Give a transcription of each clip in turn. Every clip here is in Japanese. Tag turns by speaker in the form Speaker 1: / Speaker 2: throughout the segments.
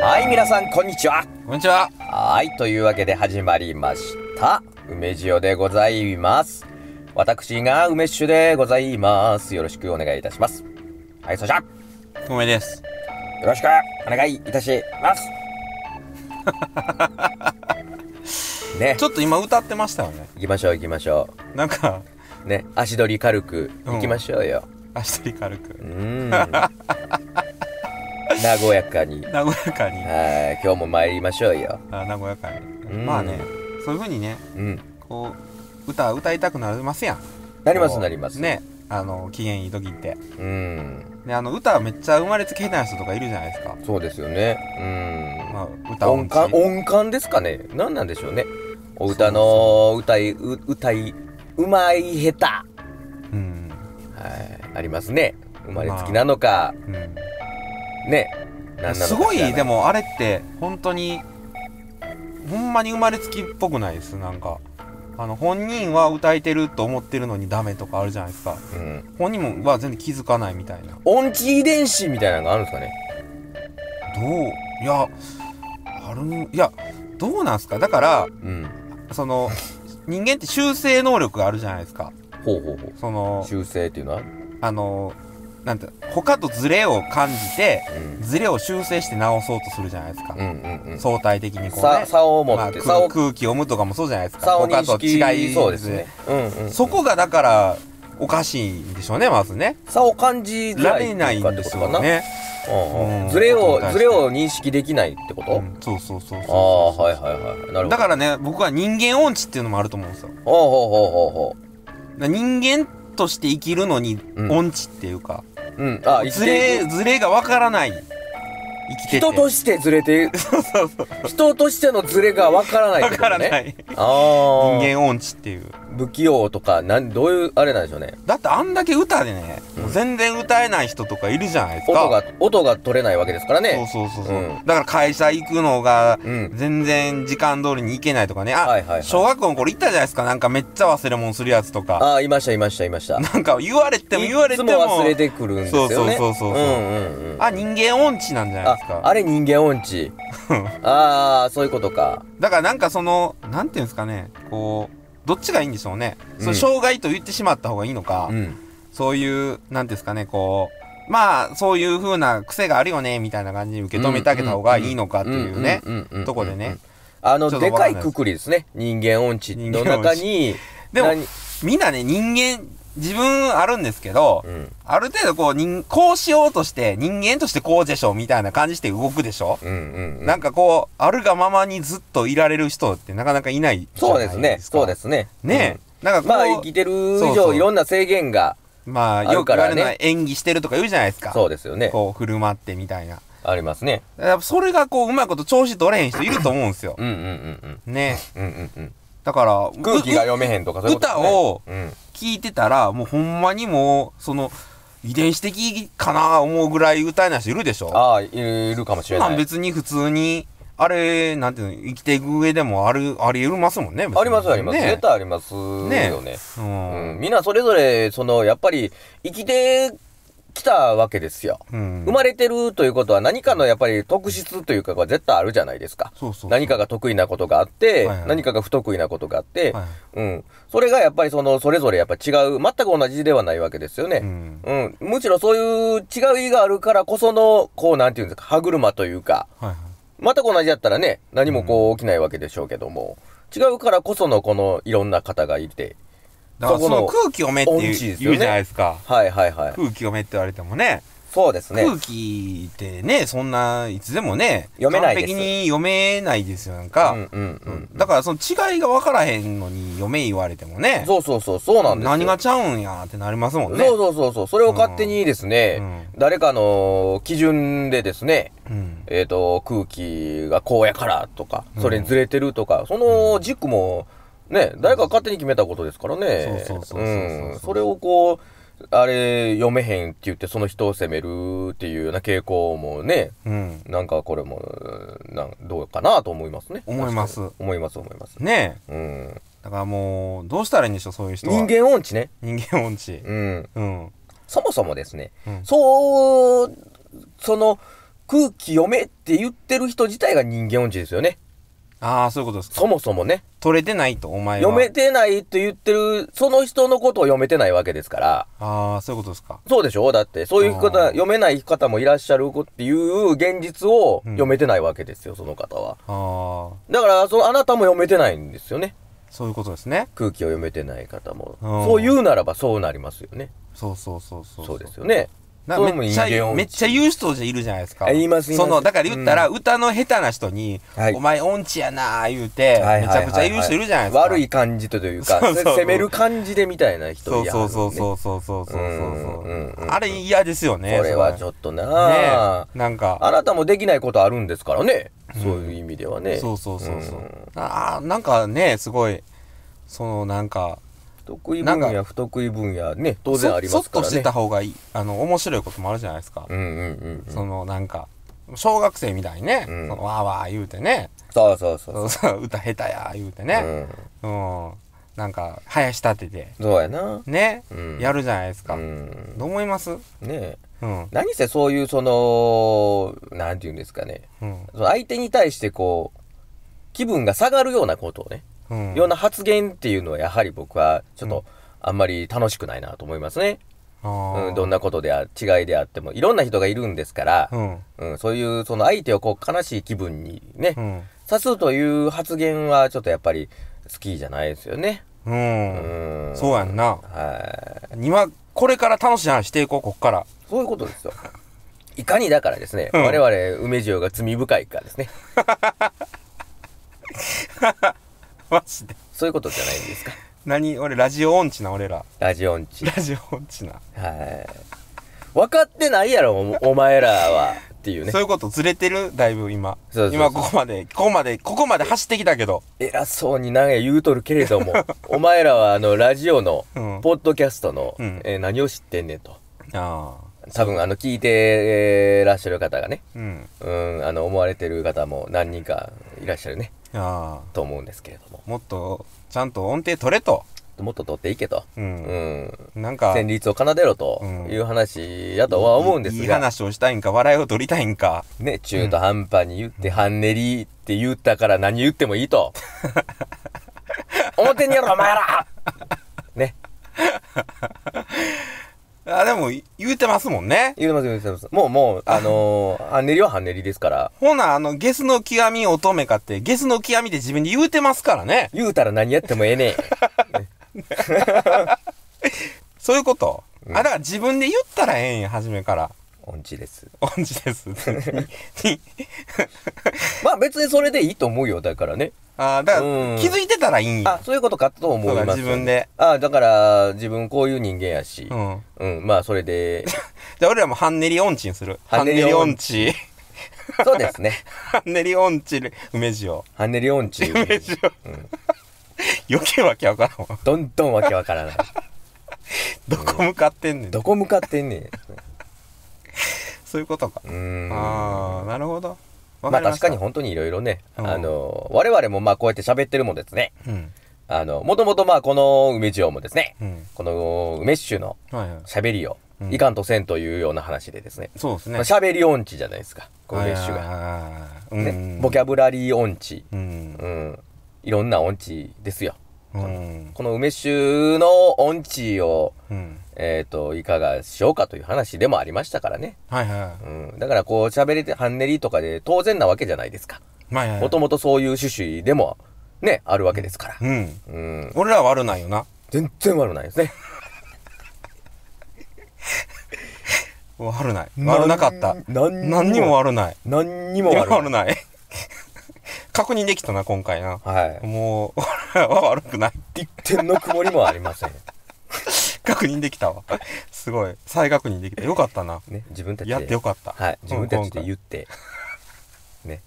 Speaker 1: はい、皆さん、こんにちは。
Speaker 2: こんにちは。
Speaker 1: はい、というわけで始まりました。梅塩でございます。私が梅酒でございます。よろしくお願いいたします。はい、そしたら、よ
Speaker 2: ともめです。
Speaker 1: ろしくお願いいたします。ね
Speaker 2: ち、ょっと今歌ってましたよね。
Speaker 1: 行きましょう行きましょ
Speaker 2: なんか、
Speaker 1: う。ね、足取り軽く行きましょうよ。
Speaker 2: 足取り軽
Speaker 1: う
Speaker 2: く、
Speaker 1: ん。 和やかに。
Speaker 2: 和やかに、
Speaker 1: はい、今日も参りましょうよ。
Speaker 2: あ和やかに、
Speaker 1: うん
Speaker 2: まあね、そういう風にね、
Speaker 1: うん。
Speaker 2: こう、歌、歌いたくなりますやん。
Speaker 1: なります
Speaker 2: こう
Speaker 1: なります。。
Speaker 2: ね、あの、機嫌いい時って。
Speaker 1: うん。
Speaker 2: で、あの、歌めっちゃ生まれつき下手な人とかいるじゃないですか。
Speaker 1: そうですよね。うん。
Speaker 2: まあ、歌
Speaker 1: 音
Speaker 2: 音
Speaker 1: 感
Speaker 2: 痴。
Speaker 1: 音感ですかね何なんでしょうねお歌の歌いう歌いうまい下
Speaker 2: うん。
Speaker 1: 手、はい、ありますね生まれつきなのか、
Speaker 2: うん。
Speaker 1: ね何なのか
Speaker 2: すごい、で
Speaker 1: も
Speaker 2: もあれって、本当に、ほんまに生まれつきっぽくないです、なんか。あの、本人は歌えてると思ってるのにダメとかあるじゃないですか。
Speaker 1: うん、
Speaker 2: 本人もは全然気づかないみたいな。ど
Speaker 1: 音痴遺伝子みたいなのがあるんですかね
Speaker 2: ういや、あるん、いや、どうなんすかだから、
Speaker 1: うん
Speaker 2: その、人間って修正能力があるじゃないですか。
Speaker 1: ほうほうほ
Speaker 2: そうの、
Speaker 1: 修正っていうのは
Speaker 2: あの、なんて、他とズレを感じて、
Speaker 1: うん
Speaker 2: ズレを修正して直そうとするじゃないですか
Speaker 1: う。んうんうん
Speaker 2: 相対的にこう
Speaker 1: さ
Speaker 2: ね。
Speaker 1: 差を持
Speaker 2: ま
Speaker 1: っ
Speaker 2: あ、
Speaker 1: て、
Speaker 2: 空
Speaker 1: 差を
Speaker 2: 空気読むとかもそうじゃないですか。
Speaker 1: 差を
Speaker 2: 他
Speaker 1: 認
Speaker 2: と
Speaker 1: 識
Speaker 2: 違い
Speaker 1: そうですね。うんうん
Speaker 2: そこがだから、おかしいんでしょうね、まずね。
Speaker 1: 差を感じづ
Speaker 2: ら
Speaker 1: らい
Speaker 2: れないんですよ
Speaker 1: ってことかな
Speaker 2: ね。
Speaker 1: うんうん
Speaker 2: うん
Speaker 1: ズレを
Speaker 2: ことに対して
Speaker 1: ズレを認識できないってこと、
Speaker 2: うんそうそうそうそ
Speaker 1: ああ
Speaker 2: う
Speaker 1: はいはいはいなるほど
Speaker 2: だからね僕は人間音痴っていうのもあると思うんですよだか
Speaker 1: ほうほうほうほうほう
Speaker 2: ら人間として生きるのに
Speaker 1: うん
Speaker 2: 音痴っていうか、
Speaker 1: うん、あ、生き
Speaker 2: ズ
Speaker 1: て
Speaker 2: レ
Speaker 1: いく
Speaker 2: ズレがわからない生きてて
Speaker 1: 人としてずれて、
Speaker 2: そうそうそう
Speaker 1: 人としてのずれがわからないっ
Speaker 2: わ
Speaker 1: てことね。
Speaker 2: からない、
Speaker 1: ああ。
Speaker 2: 人間音痴っていう
Speaker 1: 不器用とか、なん、どういう、あれなんでしょうね。
Speaker 2: だってあんだけ歌でね、
Speaker 1: うん
Speaker 2: もう全然歌えない人とかいるじゃないですか
Speaker 1: 音が、音が取れないわけですからね。
Speaker 2: そうそうそうそう、
Speaker 1: うん
Speaker 2: だから会社行くのが
Speaker 1: うん。
Speaker 2: 全然時間通りに行けないとかねあ、
Speaker 1: はいはいはい
Speaker 2: 小学校の頃行ったじゃないですかなんかめっちゃ忘れ物するやつとか
Speaker 1: ああ、いました、いました、いました。
Speaker 2: なんか言われても言われても
Speaker 1: いつも忘れてくるんですよね。
Speaker 2: そうそうそうそう
Speaker 1: う
Speaker 2: そ
Speaker 1: うん
Speaker 2: うん
Speaker 1: うん。
Speaker 2: あ人間音痴なんじゃない
Speaker 1: あ
Speaker 2: ですか、
Speaker 1: あれ人間音 痴。ああ、そういうことか。
Speaker 2: だからなんかそのなんていうんですかねこうどっちがいいんでしょうね、
Speaker 1: うん
Speaker 2: その障害と言ってしまった方がいいのか、
Speaker 1: うん。
Speaker 2: そういうなんていうんですかねこうまあそういう風な癖があるよねみたいな感じに受け止めてあげた方がいいのかっていうね
Speaker 1: んんんんん
Speaker 2: とこでね。
Speaker 1: あの、
Speaker 2: ちょっと
Speaker 1: で
Speaker 2: わか
Speaker 1: か
Speaker 2: んない
Speaker 1: い
Speaker 2: で
Speaker 1: く
Speaker 2: す
Speaker 1: くりですね。人間音痴の中に、
Speaker 2: でも
Speaker 1: 何
Speaker 2: みんなね人間自分あるんですけど、
Speaker 1: うん。
Speaker 2: ある程度こう人こうしようとして人間としてこうでしょみたいな感じして動くでしょ、
Speaker 1: うんうんうん。
Speaker 2: なんかこうあるがままにずっといられる人ってなかなかいないじゃ
Speaker 1: そう
Speaker 2: ない
Speaker 1: ですね。そうですすね。
Speaker 2: かねえ、な
Speaker 1: う
Speaker 2: んかこ
Speaker 1: ん
Speaker 2: う
Speaker 1: まあ、生きてる以
Speaker 2: そうそ
Speaker 1: 上、
Speaker 2: う
Speaker 1: いろんな制限が、
Speaker 2: まあ、
Speaker 1: あ
Speaker 2: よ
Speaker 1: る
Speaker 2: く
Speaker 1: か
Speaker 2: 言わ
Speaker 1: ら
Speaker 2: れ
Speaker 1: ね
Speaker 2: るのは演技してるとか言うじゃないですか。
Speaker 1: そうですよね。
Speaker 2: こう、振る舞ってみたいな。
Speaker 1: ありますね。
Speaker 2: やっぱそれがこう、うまいこと調子取れへん人いると思うんですよ
Speaker 1: う。んうんうん
Speaker 2: ね。
Speaker 1: うん。うんうんうん。
Speaker 2: だから、
Speaker 1: 空気が
Speaker 2: うう
Speaker 1: 読めへんとか、そういうことですね
Speaker 2: 歌を
Speaker 1: うん。
Speaker 2: 聞いてたら、もうほんまにもう、その、遺伝子的かな思うぐらい歌えない人いるでしょ
Speaker 1: ああ、いるかもしれ
Speaker 2: ま
Speaker 1: な
Speaker 2: あ
Speaker 1: い。
Speaker 2: 別に普通に、あれ、なんていうの、生きていく上でもある、あり得ますもんね。別に
Speaker 1: ありますあります。
Speaker 2: ね
Speaker 1: 絶対ありますよね。
Speaker 2: う。
Speaker 1: うんん。みんなそれぞれ、その、やっぱり、生きてきたわけですよ。
Speaker 2: うん
Speaker 1: 生まれてるということは何かのやっぱり特質というかが絶対あるじゃないですか。
Speaker 2: そうそう。
Speaker 1: 何かが得意なことがあって
Speaker 2: はいは、い
Speaker 1: 何かが不得意なことがあって、
Speaker 2: はい
Speaker 1: うん。それがやっぱりその、それぞれやっぱ違う、全く同じではないわけですよね。
Speaker 2: うん
Speaker 1: うん。むしろそういう違いがあるからこその、こう、なんていうんですか、歯車というか、
Speaker 2: はいはい。
Speaker 1: 全く同じだったらね、何もこう起きないわけでしょうけども、違うからこそのこのいろんな方がいて、
Speaker 2: だからそ
Speaker 1: そこ
Speaker 2: の
Speaker 1: の
Speaker 2: 空気読めって
Speaker 1: 音
Speaker 2: 言う
Speaker 1: 痴ですよ
Speaker 2: 言
Speaker 1: ね
Speaker 2: うじゃないですか。
Speaker 1: はいはいはい。
Speaker 2: 空気読めって言われてもね。
Speaker 1: そうですね。
Speaker 2: 空気ってね、そんないつでもね、
Speaker 1: 読めないです
Speaker 2: 完璧に読めないですよ、なんか。
Speaker 1: うんうんうん。
Speaker 2: だからその違いが分からへんのに読め言われてもね、
Speaker 1: そうそうそう、そうなんですよ。
Speaker 2: 何がちゃうんやってなりますもんね。
Speaker 1: そうそうそうそう、それを勝手にですね、
Speaker 2: う
Speaker 1: 誰かの基準でですね、
Speaker 2: うん
Speaker 1: えー、と空気がこうやからとかそれにずれてるとか、その軸もね誰かが勝手に決めたことですからね
Speaker 2: そうそうそうそうそう
Speaker 1: うんそれをこうあれ読めへんって言ってその人を責めるっていうような傾向もね
Speaker 2: うん。
Speaker 1: なんかこれもなんどうかなと思いますね
Speaker 2: 思います
Speaker 1: 確かに思います思います、
Speaker 2: ねえ。
Speaker 1: うん、
Speaker 2: だからもう、どうしたらいいんでしょう、そういう人は。
Speaker 1: 人間音痴ね、
Speaker 2: 人間音痴。
Speaker 1: うん、
Speaker 2: うん。
Speaker 1: そもそもですね、
Speaker 2: うん
Speaker 1: そうその空気読めって言ってる人自体が人間音痴ですよね。
Speaker 2: ああ、そういうことですか。
Speaker 1: そもそもね。
Speaker 2: 取れてないと、お前は。
Speaker 1: 読めてないって言ってる、その人のことを読めてないわけですから。
Speaker 2: ああ、そういうことですか。
Speaker 1: そうでしょだって、そういう方、
Speaker 2: あー
Speaker 1: 読めない方もいらっしゃるっていう現実を
Speaker 2: うん
Speaker 1: 読めてないわけですよ、その方は。
Speaker 2: ああ、
Speaker 1: だから、そのあなたも読めてないんですよね。
Speaker 2: そういうことですね。
Speaker 1: 空気を読めてない方も。
Speaker 2: うん
Speaker 1: そう言うならばそうなりますよね。
Speaker 2: そうそうそうそ
Speaker 1: そう
Speaker 2: う。
Speaker 1: そうですよね。
Speaker 2: な
Speaker 1: それも
Speaker 2: めっちゃ
Speaker 1: 人間音痴
Speaker 2: めっちゃ言う人いるじゃないですか。
Speaker 1: あ言います言います
Speaker 2: その、だから言ったら、歌の下手な人に、
Speaker 1: はい
Speaker 2: お前音痴やなー言うて、
Speaker 1: はい
Speaker 2: めち
Speaker 1: はいは
Speaker 2: ゃ
Speaker 1: い
Speaker 2: くちゃ言う人いるじゃないですか。
Speaker 1: 悪い感じとというか、
Speaker 2: そうそうそう
Speaker 1: 攻める感じでみたいな人
Speaker 2: そう
Speaker 1: いや
Speaker 2: そうそう
Speaker 1: う。
Speaker 2: そうそうそうそうそう
Speaker 1: うんうんうん
Speaker 2: あれ嫌ですよね。
Speaker 1: これはちょ
Speaker 2: っ
Speaker 1: っと
Speaker 2: とね
Speaker 1: なあ
Speaker 2: えなんか、
Speaker 1: あなたもできないことあるんですからね。そういう意味ではね。
Speaker 2: そうそうそうそう。
Speaker 1: ん
Speaker 2: ああ、なんかね、すごい、そのなんか、
Speaker 1: 得意
Speaker 2: なん
Speaker 1: 分
Speaker 2: か
Speaker 1: 野、不得意分野ね、当然ありますか
Speaker 2: そそっと
Speaker 1: ら
Speaker 2: して
Speaker 1: ね。
Speaker 2: た方がいい、あの、面白いこともあるじゃないですか。
Speaker 1: うんうんうんうん。
Speaker 2: そのなんか、小学生みたいにね、
Speaker 1: うん
Speaker 2: そのわーわー言うてね、
Speaker 1: そうそうそう。
Speaker 2: そうそう歌下手や言うてね、
Speaker 1: うん
Speaker 2: うん、なんか、林立てて、
Speaker 1: そうやな。
Speaker 2: ね、
Speaker 1: うん
Speaker 2: やるじゃないですか。
Speaker 1: うん。
Speaker 2: どう思いますうん。
Speaker 1: ねえ。
Speaker 2: うん。
Speaker 1: 何せそういうその、なんて言うんですかね。その相手に対してこう、気分が下がるようなことをね、
Speaker 2: うん。
Speaker 1: ような発言っていうのはやはり僕はちょっ
Speaker 2: う
Speaker 1: と
Speaker 2: ん
Speaker 1: あんまり楽しくないなと思いますね。
Speaker 2: あ
Speaker 1: う
Speaker 2: ー
Speaker 1: ん、どんなことであ、違いであっても、いろんな人がいるんですから
Speaker 2: う、ん。
Speaker 1: うん、そういうその相手をこう悲しい気分にね
Speaker 2: う、ん。
Speaker 1: さすという発言はちょっとやっぱり好きじゃないですよね。
Speaker 2: う。
Speaker 1: うんん。
Speaker 2: そうやんな。
Speaker 1: はい。
Speaker 2: 今、これから楽しい話していこう、こっから。
Speaker 1: そういうことですよ。いかにだからですね、
Speaker 2: うん
Speaker 1: 我々梅塩が罪深いかですね。
Speaker 2: マジで。
Speaker 1: そういうことじゃないですか。
Speaker 2: 何俺、ラジオ音痴な、俺ら。
Speaker 1: ラジオンチ。
Speaker 2: ラジオ音痴な。
Speaker 1: はい。分かってないやろ、おお前らは。っていうね
Speaker 2: そ。ういうことずれてるだいぶ今。
Speaker 1: そうそうそう
Speaker 2: 今ここまで、ここまで、ここまで走ってきたけど。
Speaker 1: 偉そうに何や言うとるけれど も、お前らはあの、ラジオの
Speaker 2: うん、
Speaker 1: ポッドキャストの、
Speaker 2: うん
Speaker 1: えー何を知ってんねんと。
Speaker 2: ああ。
Speaker 1: 多分あの、聞いてらっしゃる方がね、
Speaker 2: うん。
Speaker 1: うん、あの、思われてる方も何人かいらっしゃるね、
Speaker 2: ああ。
Speaker 1: と思うんですけれども。
Speaker 2: もっと、ちゃんと音程取れと。
Speaker 1: もっと取っていけと。
Speaker 2: う。
Speaker 1: うんん。
Speaker 2: なんか、
Speaker 1: 旋律を奏でろと
Speaker 2: うん
Speaker 1: いう話やとは思うんです
Speaker 2: いいいい
Speaker 1: が、
Speaker 2: 話をしたいんか、笑いを取りたいんか。
Speaker 1: ね、中途半端に言って、ハンネリって言ったから何言ってもいいと。表にやろ、お前らね。
Speaker 2: あ、でも、い言うてますもんね。
Speaker 1: 言うてます、言うてます。もう、もう、あのー、ハンネリはハンネリですから、
Speaker 2: ほな、あの、ゲスの極み乙女かって、ゲスの極みで自分で言うてますからね。
Speaker 1: 言うたら何やってもええねん。
Speaker 2: そういうこと。
Speaker 1: ん
Speaker 2: あ、だから自分で言ったらええんや、初めから。
Speaker 1: 音痴です。
Speaker 2: 音痴 です。に
Speaker 1: まあ別にそれでいいと思うよ、だからね。
Speaker 2: あーだから、
Speaker 1: うん
Speaker 2: 気づいてたらいいん
Speaker 1: あ
Speaker 2: や。、
Speaker 1: そういうことかと思います、
Speaker 2: そうだ自分で。
Speaker 1: あ、だから、自分こういう人間やし
Speaker 2: う、ん。
Speaker 1: うん、まあそれ で、
Speaker 2: じゃあ、俺らもハンネリ音痴にする。
Speaker 1: ハ
Speaker 2: ハ
Speaker 1: ン
Speaker 2: ン
Speaker 1: ネ
Speaker 2: ネ
Speaker 1: リ
Speaker 2: リ
Speaker 1: 音
Speaker 2: 音
Speaker 1: 痴
Speaker 2: 痴。
Speaker 1: そうですね。
Speaker 2: ハンネリ音痴で、梅塩。
Speaker 1: ハンネリ音痴。
Speaker 2: 梅塩。余計わけわからんわ。
Speaker 1: どんどんわけわからない。
Speaker 2: どこ向かってんねん。
Speaker 1: どこ向かってんねん。う
Speaker 2: そういうことか。
Speaker 1: ーん。
Speaker 2: ああ、なるほど。わ
Speaker 1: まあ
Speaker 2: り
Speaker 1: 確
Speaker 2: した
Speaker 1: かに。本当にいろいろね、
Speaker 2: うん
Speaker 1: あの、我々もまあこうやって喋ってるもんですね。
Speaker 2: うん。
Speaker 1: あの、もともとまあこの梅塩もですね、
Speaker 2: うん。
Speaker 1: この梅酒の
Speaker 2: はいはい。
Speaker 1: 喋りを
Speaker 2: うん
Speaker 1: いかんとせんというような話でですね、
Speaker 2: そうですね。
Speaker 1: まあ喋り音痴じゃないですか、この梅酒が。
Speaker 2: が。
Speaker 1: ね、ボキャブラリー音痴、
Speaker 2: うん。
Speaker 1: うん、いろんな音痴ですよ。
Speaker 2: うん。
Speaker 1: この梅酒の音痴を、
Speaker 2: うん。
Speaker 1: えっ、と、いかがしようかという話でもありましたからね。
Speaker 2: はいは
Speaker 1: うん、だからこう喋れてハンネリとかで当然なわけじゃないですか。
Speaker 2: い。まあ、はいは
Speaker 1: も
Speaker 2: い
Speaker 1: ともとそういう趣旨でもね、あるわけですから。
Speaker 2: うん。
Speaker 1: うん、
Speaker 2: 俺らは悪ないよな。
Speaker 1: 全然悪ないですね。
Speaker 2: 悪ない。悪なかった。
Speaker 1: 何
Speaker 2: 何にも悪ない。
Speaker 1: 何にも
Speaker 2: 今
Speaker 1: 悪
Speaker 2: 悪
Speaker 1: い。
Speaker 2: ない。確認できたな、今回な。
Speaker 1: はい。
Speaker 2: もう、俺らは悪くない。
Speaker 1: 一点の曇りもありません。
Speaker 2: 確認できたわ。すごい。再確認できた。よかったな。
Speaker 1: ね、自分たちで。
Speaker 2: やってよかった。
Speaker 1: はい。自分たちで言
Speaker 2: う。
Speaker 1: って、ね。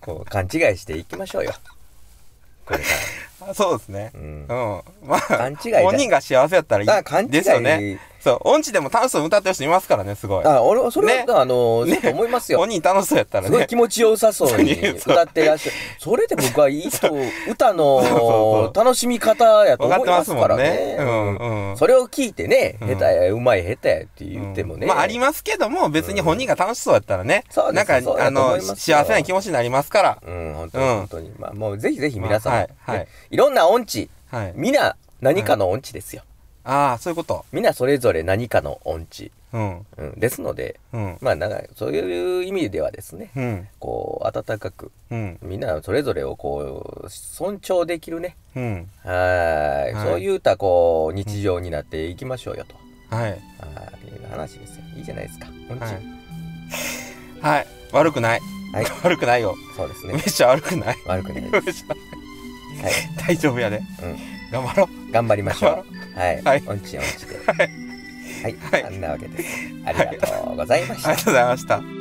Speaker 1: こう、勘違いしていきましょうよ。これか
Speaker 2: 今回そうですね。
Speaker 1: ら。うん
Speaker 2: う。ん。まあ、
Speaker 1: 勘違いだ
Speaker 2: 本人が幸せやったらいい。
Speaker 1: だから勘違
Speaker 2: ですよね。
Speaker 1: い
Speaker 2: そう音痴でも楽しそうに歌ってる人いますからねすごい
Speaker 1: あ俺はそれは、
Speaker 2: ね
Speaker 1: あの
Speaker 2: ね
Speaker 1: そう思いますよ、
Speaker 2: 本人楽しそうやったら
Speaker 1: すごい
Speaker 2: ね
Speaker 1: 気持ちよさそうに
Speaker 2: そうそう
Speaker 1: 歌ってらっしゃるそれで僕はいいと歌
Speaker 2: そうそ
Speaker 1: の
Speaker 2: う
Speaker 1: 楽しみ方やと思い
Speaker 2: 分かって
Speaker 1: ま
Speaker 2: ますす
Speaker 1: か
Speaker 2: も
Speaker 1: ら
Speaker 2: ん
Speaker 1: ね
Speaker 2: ねうんうん
Speaker 1: それを聞いてね、
Speaker 2: うん
Speaker 1: 下手や、うまい、下手やって言ってもね。
Speaker 2: まあありますけども別に本人が楽しそうやったらね、
Speaker 1: そうで
Speaker 2: なん
Speaker 1: す
Speaker 2: か
Speaker 1: そうだ
Speaker 2: あ
Speaker 1: と思い
Speaker 2: の
Speaker 1: ますよ
Speaker 2: 幸せな気持ちになりますから
Speaker 1: うん、本当に、
Speaker 2: うん
Speaker 1: 本当に。まあもうぜひぜひ皆さん、
Speaker 2: まあはいはい
Speaker 1: ねいろんな音痴、
Speaker 2: はい
Speaker 1: みんな何かの音痴ですよ。
Speaker 2: ああそういうこと
Speaker 1: みんなそれぞれ何かの音痴。
Speaker 2: うん
Speaker 1: うん、ですので、
Speaker 2: うん
Speaker 1: まあなんかそういう意味ではですね、
Speaker 2: うん
Speaker 1: こう、温かく、
Speaker 2: うん
Speaker 1: みんなそれぞれをこう、尊重できるね。
Speaker 2: うん
Speaker 1: はい,、
Speaker 2: はい
Speaker 1: そういったこう、日常になっていきましょうよと。
Speaker 2: は
Speaker 1: は
Speaker 2: い
Speaker 1: いいう話ですよ。いいじゃないですか。音痴。
Speaker 2: はいはい悪くない、
Speaker 1: はい
Speaker 2: 悪くないよ
Speaker 1: そうです
Speaker 2: めっ
Speaker 1: ね。
Speaker 2: ちゃ悪くない
Speaker 1: 悪くないです。
Speaker 2: めっちゃ
Speaker 1: はい。
Speaker 2: 大丈夫やで
Speaker 1: うん。
Speaker 2: 頑張ろう
Speaker 1: 頑張りましょう。はい。
Speaker 2: はい
Speaker 1: 音痴音痴で。
Speaker 2: はい
Speaker 1: はい。
Speaker 2: はい
Speaker 1: あんなわけです。ありがとうございまし
Speaker 2: あ
Speaker 1: た
Speaker 2: りがと。うございました